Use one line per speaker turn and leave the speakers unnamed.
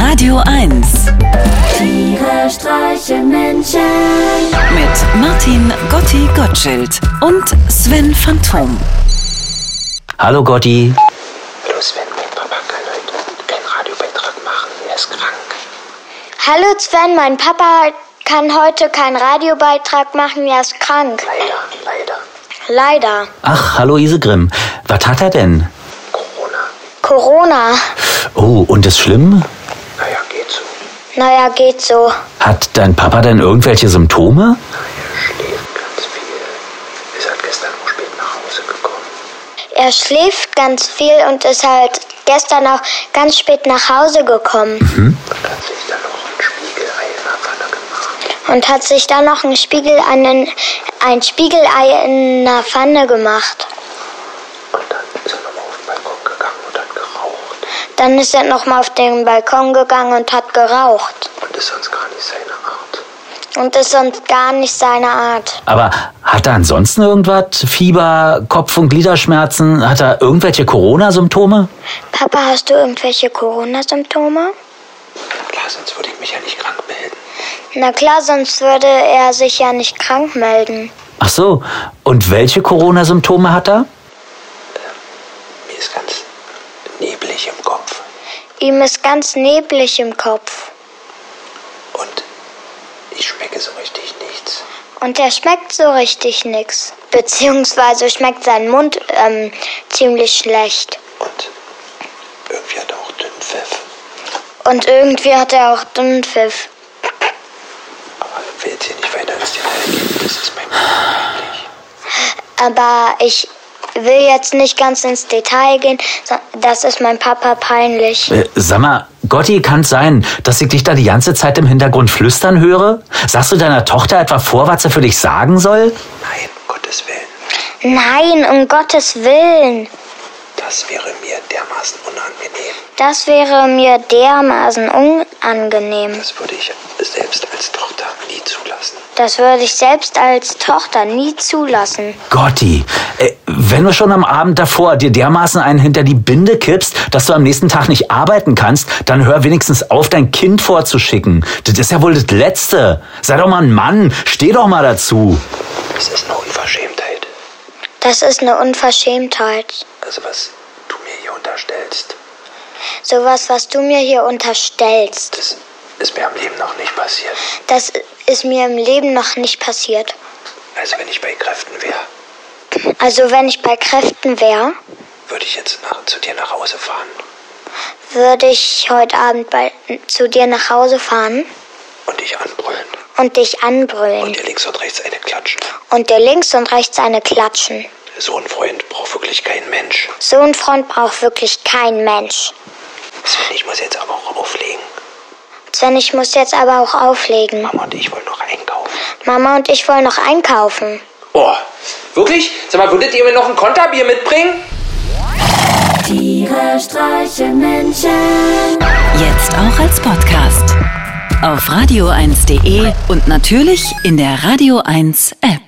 Radio 1
Tiere streichen Menschen.
mit Martin Gotti Gottschild und Sven Phantom.
Hallo Gotti.
Hallo Sven, mein Papa kann heute keinen Radiobeitrag machen, er ist krank.
Hallo Sven, mein Papa kann heute keinen Radiobeitrag machen, er ist krank.
Leider, leider.
Leider.
Ach, hallo Isegrim. Was hat er denn?
Corona,
Corona.
Oh, und ist schlimm?
naja, geht so.
Naja, geht so.
Hat dein Papa denn irgendwelche Symptome?
Er schläft ganz viel. Ist halt gestern auch spät nach Hause gekommen.
Er schläft ganz viel und ist halt gestern auch ganz spät nach Hause
Und
gekommen
hat sich dann noch ein Spiegelei in der Pfanne gemacht.
und hat sich dann noch ein, Spiegel einen, ein Spiegelei in einer Pfanne gemacht.
Und dann ist er nochmal auf den Balkon gegangen und hat geraucht.
Dann ist er nochmal auf den Balkon gegangen und hat geraucht.
Und ist sonst gar nicht seine Art.
Und ist sonst gar nicht seine Art.
Aber hat er ansonsten irgendwas? Fieber, Kopf- und Gliederschmerzen? Hat er irgendwelche Corona-Symptome?
Papa, hast du irgendwelche Corona-Symptome?
Klar, sonst würde ich mich ja nicht krank melden.
Na klar, sonst würde er sich ja nicht krank melden.
Ach so. Und welche Corona-Symptome hat er?
Mir ist ganz neblig im Kopf.
Ihm ist ganz neblig im Kopf
Und ich schmecke so richtig nichts.
und er schmeckt so richtig nix. Beziehungsweise schmeckt sein Mund ähm, ziemlich schlecht.
Und irgendwie hat er auch dünnen Pfiff.
Und irgendwie hat er auch dünnen Pfiff.
Aber ich will jetzt hier nicht weiter ins Detail gehen. Das ist mein peinlich.
Aber ich will jetzt nicht ganz ins Detail gehen. so- Das ist mein Papa peinlich.
Äh, sag mal, Gotti, kann's sein, dass ich dich da die ganze Zeit im Hintergrund flüstern höre? Sagst du deiner Tochter etwa vor, was sie für dich sagen soll?
Nein, um Gottes Willen.
Nein, um Gottes Willen.
Das wäre mir dermaßen unangenehm.
Das wäre mir dermaßen unangenehm.
Das würde ich selbst als Tochter nie zulassen.
Das würde ich selbst als Tochter nie zulassen.
Gotti, äh, wenn du schon am Abend davor dir dermaßen einen hinter die Binde kippst, dass du am nächsten Tag nicht arbeiten kannst, dann hör wenigstens auf, dein Kind vorzuschicken. Das ist ja wohl das Letzte. Sei doch mal ein Mann, steh doch mal dazu.
Das ist eine Unverschämtheit.
Das ist eine Unverschämtheit.
Also was du mir hier unterstellst,
Sowas, was du mir hier unterstellst,
das ist mir am Leben noch nicht passiert.
das ist mir im Leben noch nicht passiert.
Also wenn ich bei Kräften wäre,
Also wenn ich bei Kräften wäre,
würde ich jetzt nach, zu dir nach Hause fahren.
würde ich heute Abend bei, zu dir nach Hause fahren
Und dich anbrüllen.
und dich
Und
anbrüllen
dir links und rechts eine klatschen.
und dir links und rechts eine klatschen.
So ein Freund braucht wirklich kein Mensch.
So einen Freund braucht wirklich kein Mensch.
Sven, ich muss jetzt aber auch auflegen.
Sven, ich muss jetzt aber auch auflegen.
Mama und ich wollen noch einkaufen.
Mama und ich wollen noch einkaufen.
Oh, wirklich? Sag mal, würdet ihr mir noch ein Konterbier mitbringen?
Tiere streichen Menschen.
Jetzt auch als Podcast. Auf radio1.de und natürlich in der Radio 1 App.